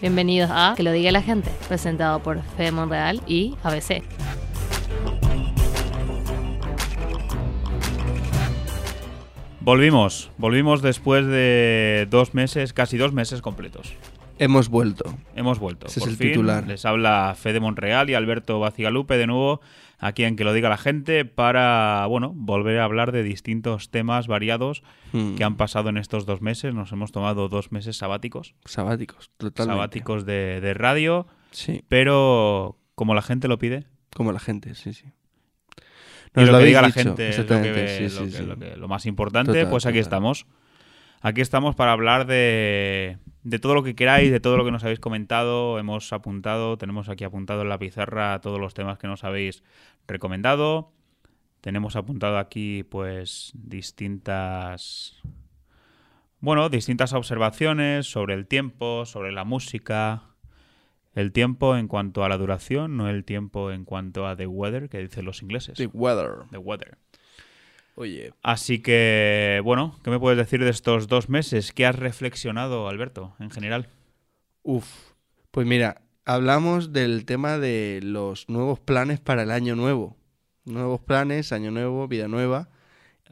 Bienvenidos a Que lo diga la gente, presentado por Fede Monreal y ABC. Volvimos, volvimos después de dos meses, casi dos meses completos. Hemos vuelto. Hemos vuelto. Ese es por el fin. titular. Les habla Fede Monreal y Alberto Bacigalupe de nuevo, aquí en Que lo diga la gente, para, bueno, volver a hablar de distintos temas variados Mm. que han pasado en estos dos meses. Nos hemos tomado dos meses sabáticos, Sabáticos, totalmente. sabáticos de, de radio, Sí, pero como la gente lo pide, como la gente, sí, sí. y Nos lo, que habéis diga la dicho, gente es lo que, exactamente, ve- sí, lo, sí, que- sí. lo que- lo más importante, Total, pues aquí total. estamos. Aquí estamos para hablar de, de todo lo que queráis, de todo lo que nos habéis comentado, hemos apuntado, tenemos aquí apuntado en la pizarra todos los temas que nos habéis recomendado. Tenemos apuntado aquí pues distintas bueno, distintas observaciones sobre el tiempo, sobre la música, el tiempo en cuanto a la duración, no el tiempo en cuanto a the weather que dicen los ingleses. The weather. The Weather. Oye, Así que, bueno, ¿qué me puedes decir de estos dos meses? ¿Qué has reflexionado, Alberto, en general? uf. Pues mira, hablamos del tema de los nuevos planes para el año nuevo. Nuevos planes, año nuevo, vida nueva.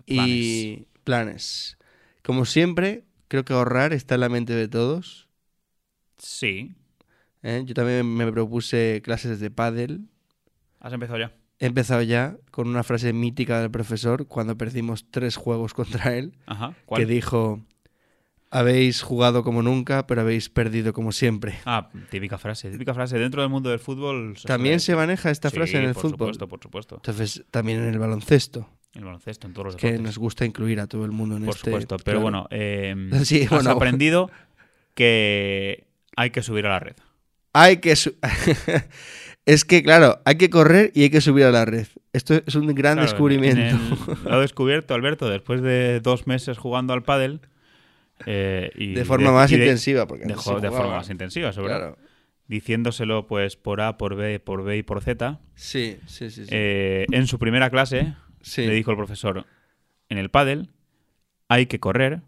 Y planes. Como siempre, creo que ahorrar está en la mente de todos. Sí. ¿eh? Yo también me propuse clases de pádel. ¿Has empezado ya? He empezado ya con una frase mítica del profesor cuando perdimos tres juegos contra él, Ajá. ¿Cuál? que dijo, habéis jugado como nunca, pero habéis perdido como siempre. Ah, típica frase. Típica frase. Dentro del mundo del fútbol... También se suele- maneja esta frase Sí, en el por fútbol. supuesto, por supuesto. Entonces, también en el baloncesto, El baloncesto, en todos los que deportes. nos gusta incluir a todo el mundo en Por este... supuesto. Pero claro. bueno, eh, Sí, has bueno. aprendido que hay que subir a la red. Hay que... su- es que, claro, hay que correr y hay que subir a la red. Esto es un gran Claro, en- descubrimiento. en el- lo ha descubierto Alberto después de dos meses jugando al pádel. eh, y de forma más y intensiva, porque de, antes jo- se de jugaba. forma más intensiva, sobre Claro. diciéndoselo pues por A, por B, por B y por Z. Sí, sí, sí. sí. Eh, en su primera clase Sí. le dijo el profesor, en el pádel hay que correr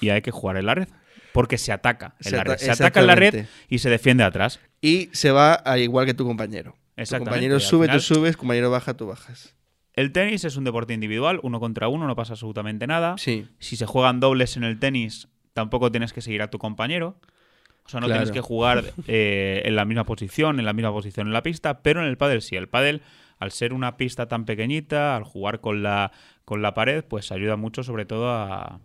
y hay que jugar en la red, porque se ataca en Se la ata- red, se ataca en la red exactamente. y se defiende atrás. Y se va a igual que tu compañero. Tu Exactamente. compañero Al sube, final, tú subes, compañero baja, tú bajas. El tenis es un deporte individual, uno contra uno, no pasa absolutamente nada. Sí. Si se juegan dobles en el tenis, tampoco tienes que seguir a tu compañero. O sea, no tienes Claro. que jugar eh, en la misma posición, en la misma posición en la pista, pero en el pádel sí. El pádel, al ser una pista tan pequeñita, al jugar con la, con la pared, pues ayuda mucho sobre todo a,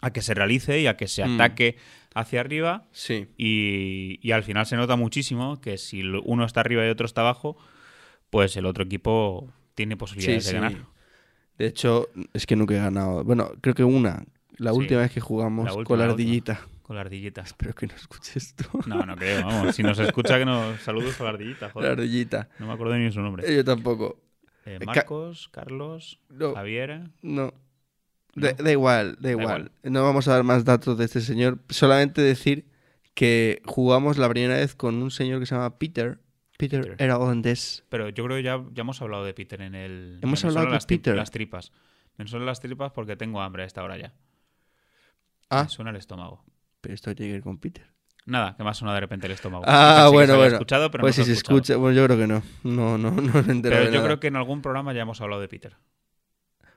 a que se realice y a que se Mm. ataque hacia arriba. Sí. Y, y al final se nota muchísimo que si lo- uno está arriba y otro está abajo, pues el otro equipo tiene Sí, posibilidades sí. de ganar. De hecho, es que nunca he ganado. Bueno, creo que una. La Sí. última vez que jugamos La última, con la la última. ardillita. Con la ardillita. Espero que no escuches esto. No, no creo, vamos. Si nos escucha, que nos saludos con la ardillita, La joder. ardillita. No me acuerdo ni de su nombre. Eh, Yo tampoco. Eh, ca- Oh. Marcos, Carlos, No, Javier. ¿no? no. Da, da igual, da igual. No vamos a dar más datos de este señor. Solamente decir que jugamos la primera vez con un señor que se llama Peter. Peter, Peter. era holandés. Pero yo creo que ya, ya hemos hablado de Peter en el. Hemos me suenan hablado de las tri- Peter. Las tripas. Me suenan las tripas porque tengo hambre a esta hora ya. Ah. Me suena el estómago. Pero esto tiene que ir con Peter. Nada, que me ha sonado de repente el estómago. Pensé Ah, que bueno, se había bueno. escuchado, pero no pues se si se ha escuchado. escucha, bueno, yo creo que no. No, no, no me entero Pero de yo nada. creo que en algún programa ya hemos hablado de Peter.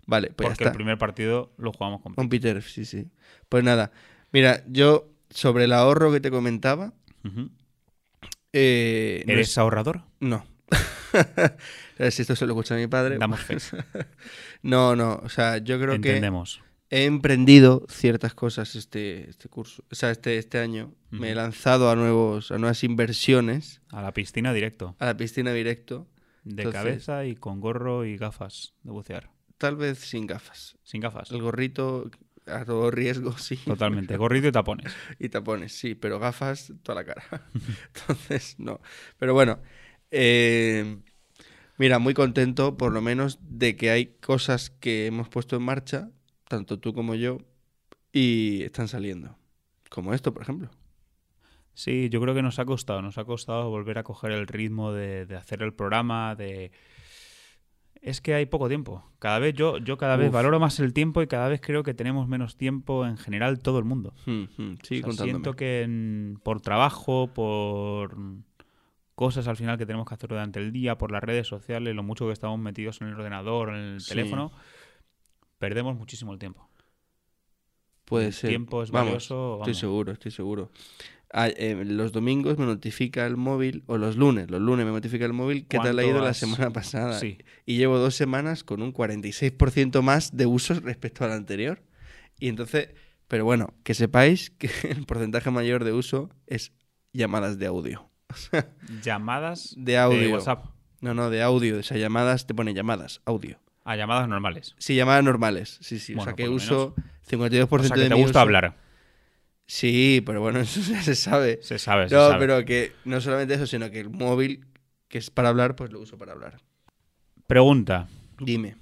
Vale, pues ya porque está. Oh. el primer partido lo jugamos con Peter. Con Peter, sí, sí. Pues nada, mira, yo sobre el ahorro que te comentaba, Ujú. Pues eh, no, ¿Eres es- ahorrador? no. Eh, si esto se lo escucha a mi padre. Damos fe. No, no, o sea, yo creo Entendemos. que he emprendido ciertas cosas este, este curso, o sea, este, este año. Me he Ujú. lanzado a, nuevos, a nuevas inversiones, A la piscina directo. a la piscina directo, De Entonces- cabeza y con gorro y gafas de bucear. tal vez sin gafas. Sin gafas. El gorrito a todo riesgo, sí. Totalmente. Gorrito y tapones. Y tapones, sí, pero gafas toda la cara. Entonces, no. Pero bueno, eh, mira, muy contento por lo menos de que hay cosas que hemos puesto en marcha, tanto tú como yo, y están saliendo. Como esto, por ejemplo. Sí, yo creo que nos ha costado. Nos ha costado volver a coger el ritmo de, de hacer el programa, de Es que hay poco tiempo. Cada vez yo, yo cada vez Uf. valoro más el tiempo y cada vez creo que tenemos menos tiempo en general todo el mundo. Hmm, hmm, O Sigue sea, contándome. siento que mm, por trabajo, por mm, cosas al final que tenemos que hacer durante el día, por las redes sociales, lo mucho que estamos metidos en el ordenador, en el Sí. teléfono, perdemos muchísimo el tiempo. Puede el ser. tiempo es Vamos, valioso. Estoy vamos. seguro, estoy seguro. Ah, eh, los domingos me notifica el móvil, o los lunes, los lunes me notifica el móvil qué tal ha ¿Cuánto ido la has- semana pasada. Sí. Y llevo dos semanas con un 46% más de usos respecto al anterior. Y entonces, pero bueno, que sepáis que el porcentaje mayor de uso es llamadas de audio. Llamadas De audio. de WhatsApp. No, no, de audio. O sea, llamadas, te pone llamadas, audio. A llamadas normales. Sí, llamadas normales. Sí, sí. o Bueno, sea, que por lo uso 52% O sea, que de te mi uso- gusta hablar. Sí, pero bueno, eso ya se sabe. Se sabe, se No, sabe. pero que no solamente eso, sino que el móvil, que es para hablar, pues lo uso para hablar. Pregunta. Dime.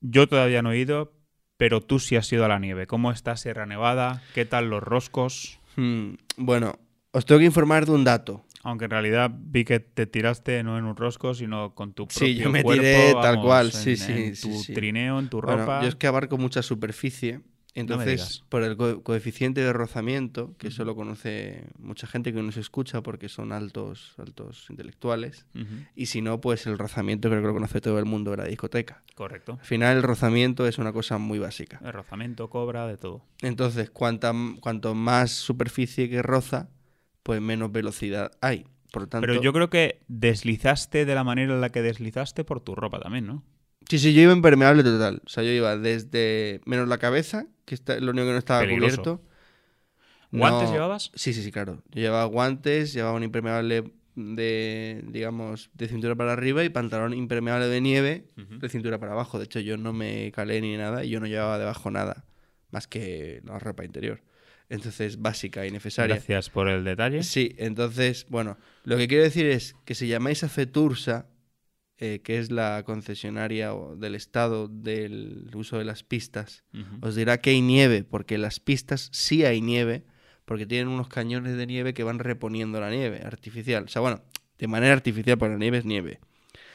Yo todavía no he ido, pero tú sí has ido a la nieve. ¿Cómo está Sierra Nevada? ¿Qué tal los roscos? Hmm, Bueno, os tengo que informar de un dato. Aunque en realidad vi que te tiraste no en un rosco, sino con tu Sí, propio yo me cuerpo, tiré tal vamos, cual, en- sí, sí, en sí, tu sí. trineo, en tu Bueno, ropa. yo es que abarco mucha superficie. Entonces, digas. por el co- coeficiente de rozamiento, que eso lo conoce mucha gente que nos escucha porque son altos, altos intelectuales. Ujú, Y si no, pues el rozamiento creo que lo conoce todo el mundo de la discoteca. Correcto. Al final, el rozamiento es una cosa muy básica. El rozamiento, cobra, de todo. Entonces, cuanta, m- cuanto más superficie que roza, pues menos velocidad hay. Por lo tanto, Pero yo creo que deslizaste de la manera en la que deslizaste por tu ropa también, ¿no? Sí, sí, yo iba impermeable total. O sea, yo iba desde menos la cabeza, que está, lo único que no estaba Peligroso. cubierto. ¿Guantes No- llevabas? Sí, sí, sí, claro. Yo llevaba guantes, llevaba un impermeable de, digamos, de cintura para arriba y pantalón impermeable de nieve Ujú. de cintura para abajo. De hecho, yo no me calé ni nada y yo no llevaba debajo nada, más que la ropa interior. Entonces, básica y necesaria. Gracias por el detalle. Sí, entonces, bueno, lo que quiero decir es que si llamáis a Fetursa, eh, que es la concesionaria o- del Estado del uso de las pistas, Ujú. os dirá que hay nieve, porque en las pistas sí hay nieve, porque tienen unos cañones de nieve que van reponiendo la nieve artificial. O sea, bueno, de manera artificial, porque la nieve es nieve.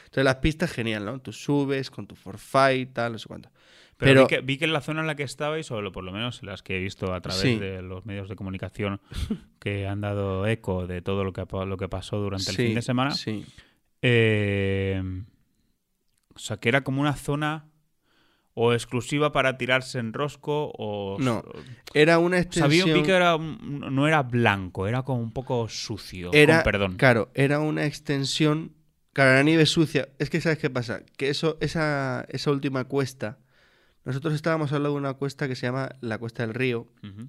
Entonces las pistas, genial, ¿no? Tú subes con tu forfait, tal, no sé cuánto. Pero, pero- vi, que, vi que en la zona en la que estabais, o lo- por lo menos las que he visto a través Sí. de los medios de comunicación que han dado eco de todo lo que, pa- lo que pasó durante el Sí, fin de semana, Sí. eh, o sea, que era como una zona o exclusiva para tirarse en rosco o... No, o Era una sea, extensión... vi, vi que era, un- no era blanco, era como un poco sucio, Era, con perdón. Claro, era una extensión. Claro, la nieve sucia. Es que, ¿sabes qué pasa? Que eso, esa, esa última cuesta. Nosotros estábamos hablando de una cuesta que se llama la Cuesta del Río, Ujú.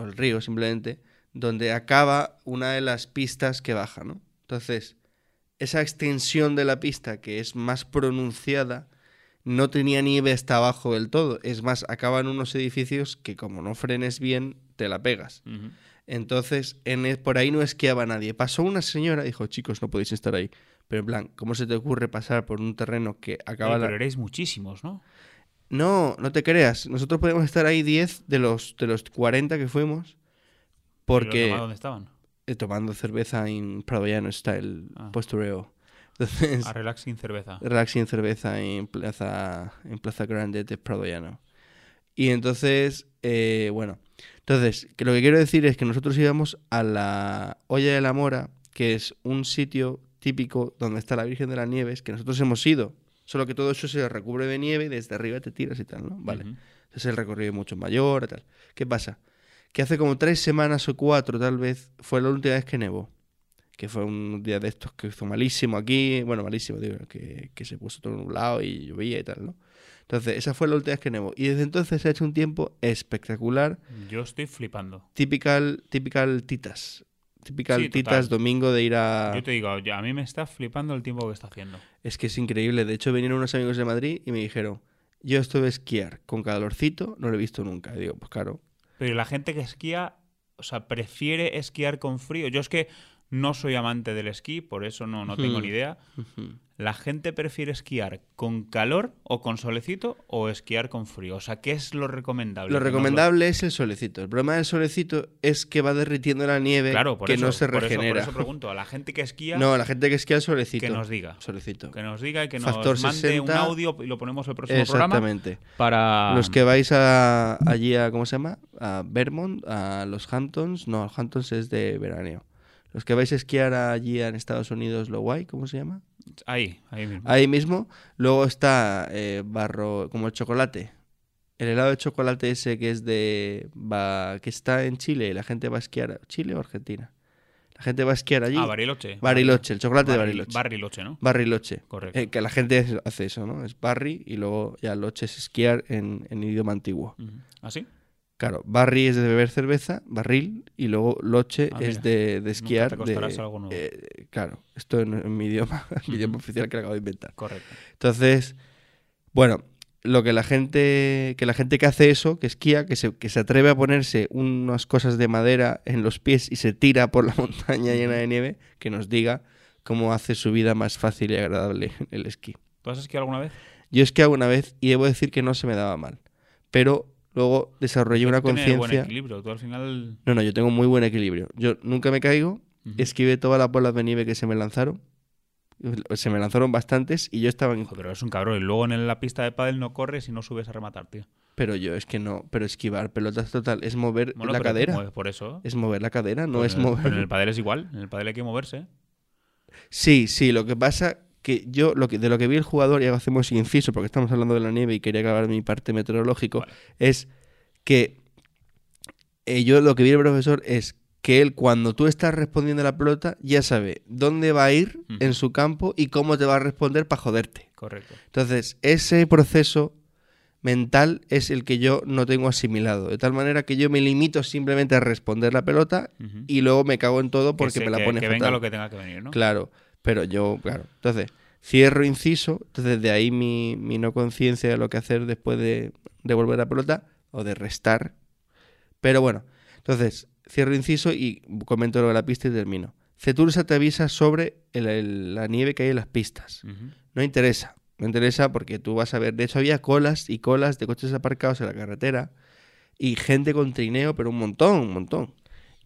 o el río simplemente, donde acaba una de las pistas que baja, ¿no? Entonces, esa extensión de la pista que es más pronunciada no tenía nieve hasta abajo del todo. Es más, acaban unos edificios que como no frenes bien, te la pegas. Ujú. Entonces, en el- por ahí no esquiaba nadie. Pasó una señora y dijo, chicos, no podéis estar ahí. Pero en plan, ¿cómo se te ocurre pasar por un terreno que acaba Oye, la- Eh, Pero erais muchísimos, ¿no? No, no te creas. Nosotros podíamos estar ahí 10 de los, de los 40 que fuimos. Porque Pero ¿Dónde estaban? eh, tomando cerveza en Prado Llano está el Ah. postureo. Entonces, A relax sin cerveza. relaxing cerveza en Plaza, en plaza Grande de Prado Llano. Y entonces, eh, bueno, entonces, que lo que quiero decir es que nosotros íbamos a la Olla de la Mora, que es un sitio típico donde está la Virgen de las Nieves, que nosotros hemos ido. Solo que todo eso se recubre de nieve y desde arriba te tiras y tal, ¿no? Vale. Ujú. Entonces el recorrido es mucho mayor y tal. ¿Qué pasa? Que hace como tres semanas o cuatro, tal vez, fue la última vez que nevó. Que fue un día de estos que hizo malísimo aquí. Bueno, malísimo, digo, que, que se puso todo nublado y llovía y tal, ¿no? Entonces, esa fue la última vez que nevó. Y desde entonces se ha hecho un tiempo espectacular. Yo estoy flipando. Typical, typical titas. Typical Sí, total. titas domingo de ir a... Yo te digo, yo- a mí me está flipando el tiempo que está haciendo. Es que es increíble. De hecho, vinieron unos amigos de Madrid y me dijeron, yo estuve a esquiar con calorcito, no lo he visto nunca. Y digo, pues claro, Pero ¿y la gente que esquía, o sea, prefiere esquiar con frío. Yo es que No soy amante del esquí, por eso no, no tengo Ujú. ni idea. Ujú. ¿La gente prefiere esquiar con calor o con solecito o esquiar con frío? O sea, ¿qué es lo recomendable? Lo Que nos recomendable es el solecito. El problema del solecito es que va derritiendo la nieve Claro, por que eso, no se por eso- regenera. por eso pregunto, a la gente que esquía, no, la gente que esquía el solecito. que nos diga. Solecito. Que nos diga y que Factor nos mande 60. un audio y lo ponemos el próximo programa Ah. Exactamente. para... Los que vais a, allí a, ¿cómo se llama? A Vermont, a los Hamptons. No, los Hamptons es de veraneo. Los que vais a esquiar allí en Estados Unidos, lo guay, ¿cómo se llama? Ahí, ahí mismo. Ahí mismo. Luego está eh, barro, como el chocolate. El helado de chocolate ese que es de. va- que está en Chile y la gente va a esquiar. ¿Chile o Argentina? La gente va a esquiar allí. Ah, Bariloche. Bariloche, el chocolate de Barri- Bariloche. Barriloche, ¿no? Barriloche. Correcto. Eh, que la gente hace eso, ¿no? Es barri y luego ya loche es esquiar en, en idioma antiguo. Ujú. ¿Ah, ¿Así? Claro, barri es de beber cerveza, barril, y luego loche Ah, mira. es de, de esquiar. te de- costarás algo nuevo. eh, claro, esto en, en mi idioma, mi idioma oficial que lo acabo de inventar. Correcto. Entonces, bueno, lo que la gente que la gente que hace eso, que esquía, que se, que se atreve a ponerse unas cosas de madera en los pies y se tira por la montaña llena de nieve, que nos diga cómo hace su vida más fácil y agradable en el esquí. ¿Tú has esquiado alguna vez? Yo esquí alguna vez y debo decir que no se me daba mal, pero luego desarrollé una Tiene buen conciencia. equilibrio. Tú al final... No, no, yo tengo muy buen equilibrio. Yo nunca me caigo, Ujú. esquivé todas las bolas de nieve que se me lanzaron. Se me lanzaron bastantes y yo estaba en Joder, Pero es un cabrón. Y luego en la pista de pádel no corres y no subes a rematar, tío. Pero yo es que no, pero esquivar pelotas total es mover Bueno, la pero te cadera. mueves Por eso. Es mover la cadera, no Pero es en el- mover. Pero en el pádel es igual. En el pádel hay que moverse. ¿eh? Sí, sí, lo que pasa que yo lo que, de lo que vi el jugador y ahora hacemos inciso porque estamos hablando de la nieve y quería acabar mi parte meteorológico Vale. es que eh, yo lo que vi el profesor es que él cuando tú estás respondiendo a la pelota ya sabe dónde va a ir Ujú. en su campo y cómo te va a responder para joderte. Correcto. Entonces, ese proceso mental es el que yo no tengo asimilado. De tal manera que yo me limito simplemente a responder la pelota Ujú. y luego me cago en todo Que porque se- me la que- pone Que venga fatal. lo que tenga que venir, ¿no? Claro, pero yo, claro. Entonces, cierro inciso. Entonces, de ahí mi, mi no conciencia de lo que hacer después de devolver la pelota o de restar. Pero bueno, entonces, cierro inciso y comento lo de la pista y termino. Cetursa te avisa sobre el- el- la nieve que hay en las pistas. Ujú. No interesa. No interesa porque tú vas a ver. De hecho, había colas y colas de coches aparcados en la carretera y gente con trineo, pero un montón, un montón.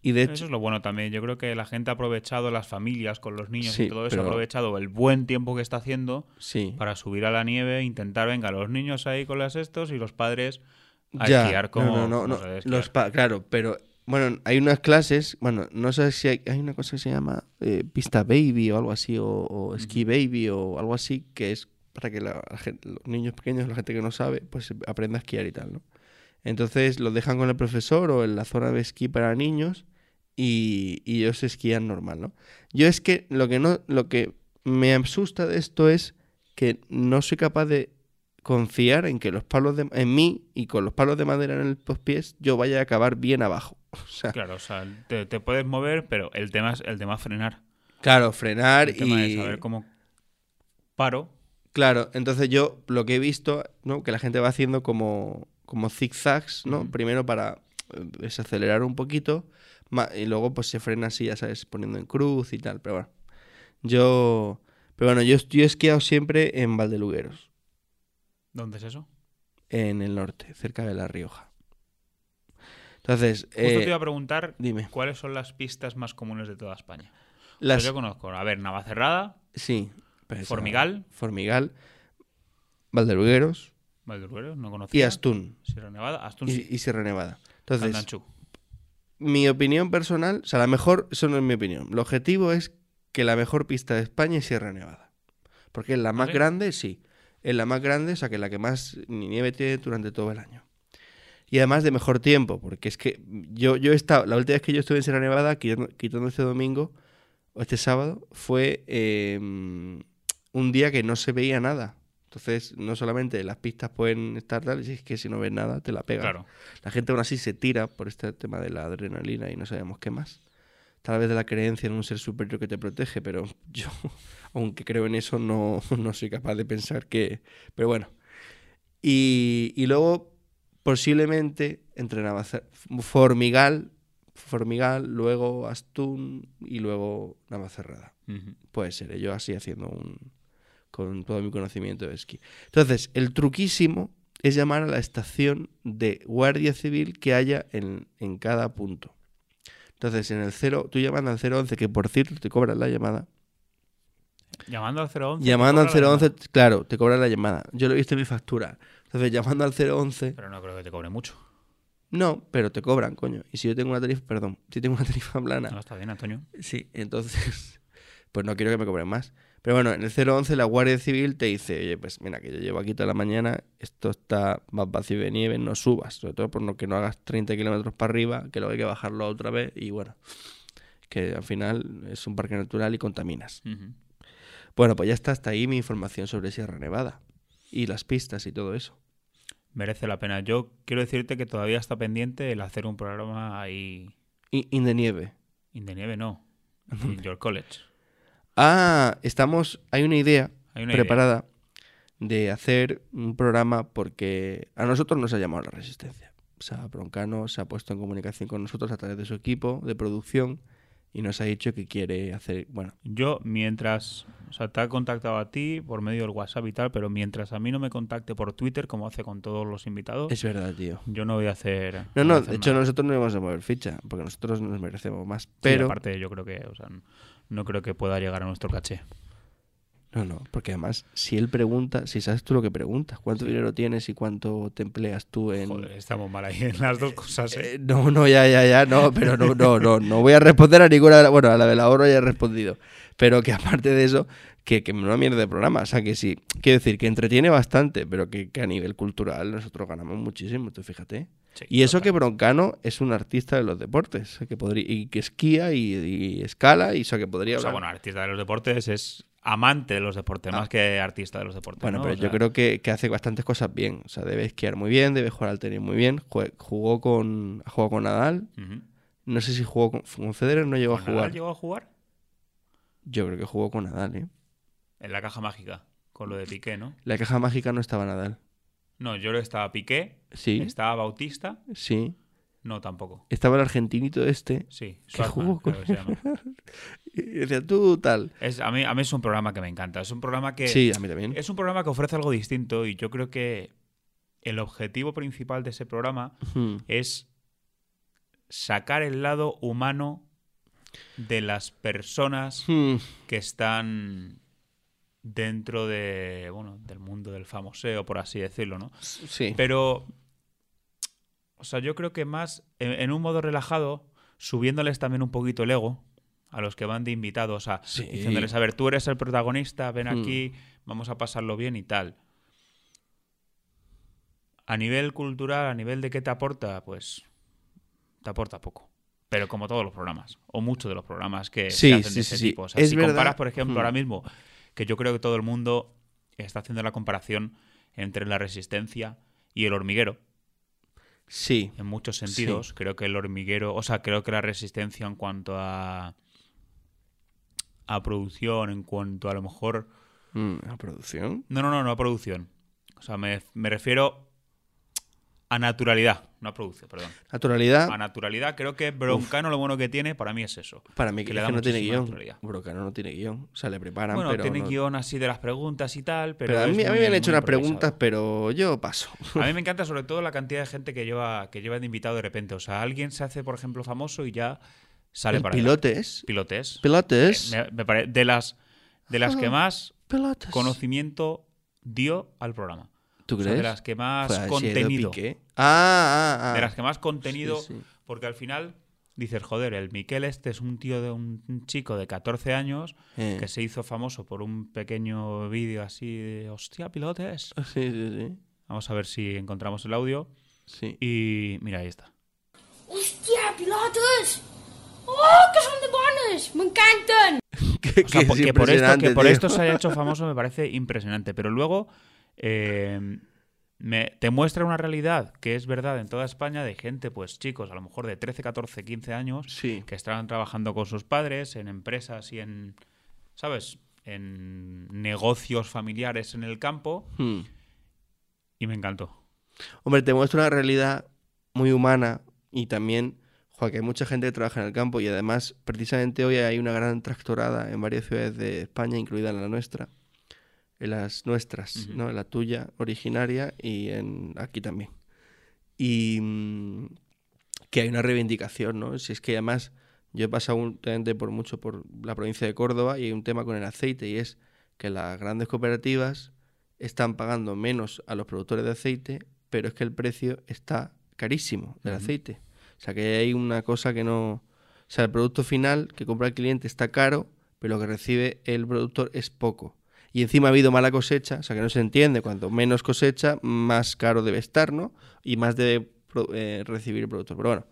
Y de Eso hecho, es lo bueno también. Yo creo que la gente ha aprovechado, las familias con los niños Sí, y todo eso, ha pero- aprovechado el buen tiempo que está haciendo sí. para subir a la nieve, e intentar, venga, los niños ahí con las estos y los padres a Ya. esquiar No, como. no, no, como no. se debe esquiar. Los pa- claro, pero bueno, hay unas clases. Bueno, no sé si hay, hay una cosa que se llama eh, pista baby o algo así, o, o ski baby o algo así, que es para que la gen- los niños pequeños, la gente que no sabe, pues aprenda a esquiar y tal, ¿no? Entonces los dejan con el profesor o en la zona de esquí para niños y, y ellos esquían normal, ¿no? Yo es que lo que no, lo que me asusta de esto es que no soy capaz de confiar en que los palos de en mí y con los palos de madera en el- los pies yo vaya a acabar bien abajo. O sea, Claro, o sea, te, te puedes mover, pero el tema es, el tema es frenar. claro, frenar El tema y es saber cómo paro. claro, entonces yo lo que he visto, ¿no? que la gente va haciendo como como zigzags, ¿no? Ujú. Primero para eh, desacelerar un poquito ma- y luego pues se frena así, ya sabes, poniendo en cruz y tal, pero bueno. Yo pero bueno, yo, yo he esquiado siempre en Valdelugueros, ¿Dónde es eso? en el norte, cerca de La Rioja. Entonces, Justo eh, te iba a preguntar dime, cuáles son las pistas más comunes de toda España. Pues las, yo conozco, a ver, Navacerrada, Sí. pero esa- Formigal. Pues, eh, Formigal. Valderugueros Valderueros, no y conocía. Astún. Sierra Nevada, Astún, sí. Y, y Sierra Nevada. Entonces, Andanchú. mi opinión personal, o sea, la mejor, eso no es mi opinión. El objetivo es que la mejor pista de España es Sierra Nevada. Porque es la más sí? grande, sí. Es la más grande, o sea, que la que más nieve tiene durante todo el año. Y además de mejor tiempo, porque es que yo, yo he estado, la última vez que yo estuve en Sierra Nevada, quitando, quitando este domingo, o este sábado, fue eh, un día que no se veía nada. Entonces, no solamente las pistas pueden estar tal, es que si no ves nada, te la pegas. Claro. La gente aún así se tira por este tema de la adrenalina y no sabemos qué más. Tal vez de la creencia en un ser superior que te protege, pero yo, aunque creo en eso, no, no soy capaz de pensar que... Pero bueno. Y, y luego, posiblemente, entre Navaza- Formigal, Formigal, luego Astún y luego Navacerrada. Ujú. Puede ser, ¿eh? yo así haciendo un. con todo mi conocimiento de esquí. Entonces, el truquísimo es llamar a la estación de guardia civil que haya en, en cada punto. Entonces, en el 0, tú llamando al 011, que por cierto te cobran la llamada. Llamando al 011. Llamando al ¿te cobra la 011, llamada? claro, te cobran la llamada. Yo lo he visto en mi factura. Entonces, llamando al 011, Pero no creo que te cobre mucho. no, pero te cobran, coño. Y si yo tengo una tarifa, perdón, si tengo una tarifa plana, No, está bien, Antonio. Sí, entonces, pues no quiero que me cobren más. Pero bueno, en el 011 la Guardia Civil te dice, oye, pues mira, que yo llevo aquí toda la mañana, esto está más vacío de nieve, no subas, sobre todo por no que no hagas 30 kilómetros para arriba, que luego hay que bajarlo otra vez y bueno, que al final es un parque natural y contaminas. Ujú. Bueno, pues ya está hasta ahí mi información sobre Sierra Nevada y las pistas y todo eso. Merece la pena. Yo quiero decirte que todavía está pendiente el hacer un programa ahí. Y, y de nieve. In the nieve, no. En your college. Ah, estamos, hay una idea Hay una idea. preparada de hacer un programa porque a nosotros nos ha llamado la resistencia. O sea, Broncano se ha puesto en comunicación con nosotros a través de su equipo de producción y nos ha dicho que quiere hacer, bueno, Yo, mientras. O sea, te ha contactado a ti por medio del WhatsApp y tal, pero mientras a mí no me contacte por Twitter, como hace con todos los invitados, es verdad, tío. yo no voy a hacer. No, voy a no, hacer de hecho nada. nosotros no íbamos a mover ficha porque nosotros nos merecemos más, Sí, pero aparte, yo creo que. O sea, no creo que pueda llegar a nuestro caché. no, no, porque además si él pregunta, si sabes tú lo que preguntas, cuánto dinero tienes y cuánto te empleas tú en Joder, estamos mal ahí en las dos cosas, ¿eh? Eh, no, no, ya, ya, ya, no, pero no, no, no, no voy a responder a ninguna, de la- bueno, a la del ahorro ya he respondido, pero que aparte de eso, que, que una mierda de programa, o sea, que sí, quiero decir, que entretiene bastante, pero que, que a nivel cultural nosotros ganamos muchísimo, tú fíjate. Sí, Y eso que total. Broncano es un artista de los deportes, o sea, que podría, y que esquía y, y escala, y o sea, que podría... O sea, hablar. bueno, artista de los deportes es amante de los deportes, más que artista de los deportes. Ah. Bueno, ¿no? pero O yo sea, creo que, que hace bastantes cosas bien, o sea, debe esquiar muy bien, debe jugar al tenis muy bien, jue- jugó con, ha jugado con Nadal, ujú. no sé si jugó con, con Federer, no llegó a ¿Con Nadal jugar. llegó a jugar? Yo creo que jugó con Nadal, ¿eh? En la caja mágica, con lo de Piqué, ¿no? La caja mágica no estaba Nadal. No, yo creo que estaba Piqué, Sí, estaba Bautista, sí. no tampoco. Estaba el argentinito este. Sí, ¿Qué Schwarzman, jugó creo con- que se llama. Y decía, tú tal. Es, a, mí, a mí es un programa que me encanta. Es un programa que Sí, a mí también. es un programa que ofrece algo distinto y yo creo que el objetivo principal de ese programa Hmm. es sacar el lado humano de las personas Hmm. que están dentro de bueno del mundo del famoseo por así decirlo no Sí. pero o sea yo creo que más en, en un modo relajado subiéndoles también un poquito el ego a los que van de invitados a Sí. diciéndoles a ver tú eres el protagonista ven Hmm. aquí vamos a pasarlo bien y tal a nivel cultural a nivel de qué te aporta pues te aporta poco pero como todos los programas o muchos de los programas que Sí, se hacen sí, de ese sí, sí. tipo O sea, Es si verdad. comparas por ejemplo Hmm. ahora mismo que yo creo que todo el mundo está haciendo la comparación entre la resistencia y el hormiguero Sí. en muchos sentidos. Creo que el hormiguero, o sea, creo que la resistencia en cuanto a a producción, en cuanto a lo mejor Hmm, ¿La producción? no, no, no, no a producción. O sea, me, me refiero a naturalidad, no a producción, perdón. Naturalidad. A naturalidad, creo que Broncano lo bueno que tiene para mí es eso. Para mí que, que le es da que no tiene muchísima guión. naturalidad. Brocano no tiene guión. O sea, le preparan, Bueno, pero. tiene no- guión así de las preguntas y tal, pero, Pero a es mí, a mí muy- me han hecho muy unas improvisado. preguntas, pero yo paso. A mí me encanta sobre todo la cantidad de gente que lleva que lleva de invitado de repente. O sea, alguien se hace, por ejemplo, famoso y ya sale El para pilotes. Pilotes. Pilotes. Me- me pare- de las de las que Ah. más Pilotes. conocimiento dio al programa. ¿Tú O sea, crees? de las que más Fue a Siedo contenido. Piqué. Ah, ah, ah. De las que más contenido. Sí, sí. Porque al final dices, joder, el Miquel este es un tío de un un chico de 14 años Eh. que se hizo famoso por un pequeño vídeo así de hostia, pilotes. Sí, sí, Vamos a ver si encontramos el audio. sí. Sí. Y mira, ahí está. ¡Hostia, pilotos! ¡Oh, que son de bonos! ¡Me encantan! Que, O sea, que po- es que, por esto, que impresionante, por tío. esto se haya hecho famoso me parece impresionante. Pero luego eh, me- te muestra una realidad que es verdad en toda España de gente, pues chicos, a lo mejor de 13, 14, 15 años, Sí. que estaban trabajando con sus padres en empresas y en, ¿sabes? En negocios familiares en el campo. Hmm. Y me encantó. Hombre, te muestra una realidad muy humana y también, Joder, que hay mucha gente que trabaja en el campo y además precisamente hoy hay una gran tractorada en varias ciudades de España, incluida en la nuestra, en las nuestras, Ujú. ¿no? En la tuya originaria y en aquí también. Y mm, que hay una reivindicación, ¿no? Si es que además yo he pasado últimamente por mucho por la provincia de Córdoba y hay un tema con el aceite y es que las grandes cooperativas están pagando menos a los productores de aceite, pero es que el precio está carísimo del Ujú. aceite. O sea que hay una cosa que no... O sea, el producto final que compra el cliente está caro, pero lo que recibe el productor es poco. Y encima ha habido mala cosecha, o sea que no se entiende, cuanto menos cosecha, más caro debe estar, ¿no? Y más debe pro- eh, recibir el productor. Pero bueno,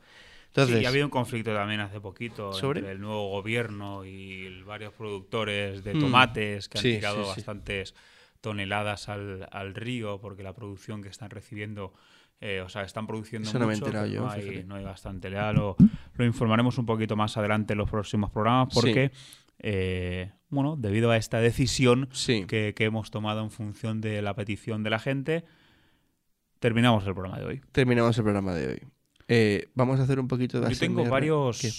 entonces... Sí, y ha habido un conflicto también hace poquito ¿Sobre? entre el nuevo gobierno y el- varios productores de Hmm. tomates que han Sí, tirado sí, sí. bastantes toneladas al, al río porque la producción que están recibiendo, eh, o sea, están produciendo Eso no mucho, me he enterado pero no, yo, hay, fíjate. no hay bastante. Ya lo, lo informaremos un poquito más adelante en los próximos programas Sí. porque, eh, bueno, debido a esta decisión Sí. que, que hemos tomado en función de la petición de la gente, terminamos el programa de hoy. terminamos el programa de hoy. Eh, vamos a hacer un poquito de Yo tengo ASMR. varios ¿Qué?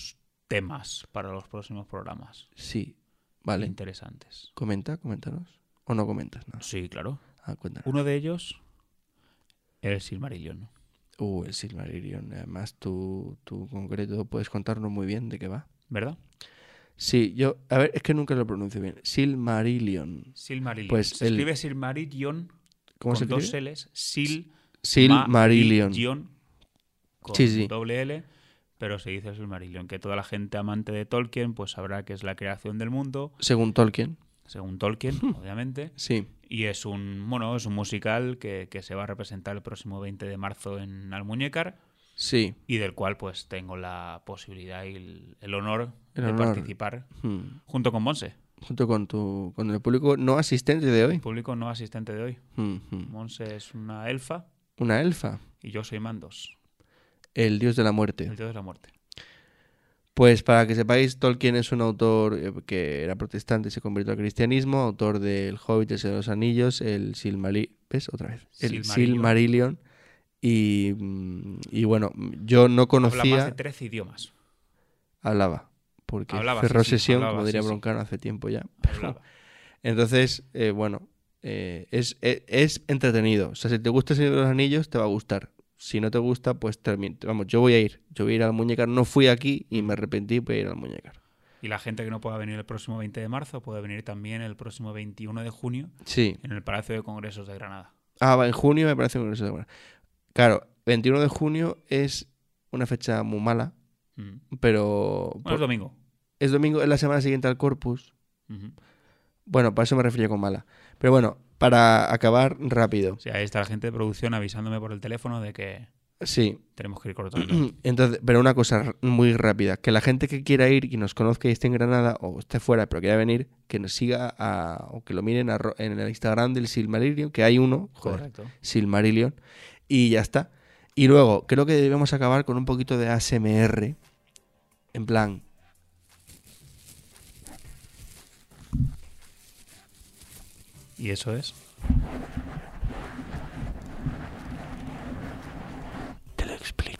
temas para los próximos programas Sí, vale. interesantes. Comenta, coméntanos. O no comentas, no. Sí, claro. Ah, cuéntanos. Uno de ellos, el Silmarillion. Uh, el Silmarillion. Además, tú, tú en concreto puedes contarnos muy bien de qué va. ¿Verdad? Sí, yo. A ver, es que nunca lo pronuncio bien. Silmarillion. Silmarillion. Pues se el- escribe Silmarillion ¿Cómo con se dos escribe? L's. Sil Silmarillion. Marillion Con Sí, sí. doble L, pero se dice Silmarillion. Que toda la gente amante de Tolkien pues sabrá que es la creación del mundo, Según Tolkien. según Tolkien, obviamente. Sí. Y es un, bueno, es un musical que, que se va a representar el próximo 20 de marzo en Almuñécar. Sí. y del cual pues tengo la posibilidad y el, el honor El de honor. participar Hmm. junto con Monse, Junto con tu. con el público no asistente de hoy. público no asistente de hoy. Hmm, hmm. Monse es una elfa Una elfa. y yo soy Mandos, El dios de la muerte. el dios de la muerte. Pues para que sepáis, Tolkien es un autor eh, que era protestante y se convirtió al cristianismo, autor del Hobbit, el Señor de los Anillos, el Silmarillion, ¿ves? Otra vez. El Silmarillion. Silmarillion. Y, mm, y bueno, yo no Habla más de conocía, tres idiomas. hablaba, porque Hablaba, cerró sí, sí, sesión, hablaba, como diría sí, sí. Broncano, hace tiempo ya. hablaba. Entonces, eh, bueno, eh, es, e- es entretenido. O sea, si te gusta el Señor de los Anillos, te va a gustar. Si no te gusta, pues termina. Vamos, yo voy a ir. Yo voy a ir al muñecar. No fui aquí y me arrepentí, voy a ir al muñecar. Y la gente que no pueda venir el próximo 20 de marzo puede venir también el próximo 21 de junio Sí. en el Palacio de Congresos de Granada. Ah, va, en junio me parece un congreso de Granada. Claro, 21 de junio es una fecha muy mala, Mm. pero Bueno, por- es domingo. es domingo, es la semana siguiente al Corpus. Ujú. Bueno, para eso me refería con mala. Pero bueno, para acabar rápido. O sea, ahí está la gente de producción avisándome por el teléfono de que Sí, tenemos que ir cortando. entonces, pero una cosa r- muy rápida, que la gente que quiera ir y nos conozca y esté en Granada o esté fuera pero quiera venir, que nos siga a- o que lo miren a ro- en el Instagram del Silmarillion, que hay uno, joder, Correcto. Silmarillion. Y ya está. Y luego, creo que debemos acabar con un poquito de ASMR. En plan. Y eso es. Te lo explico.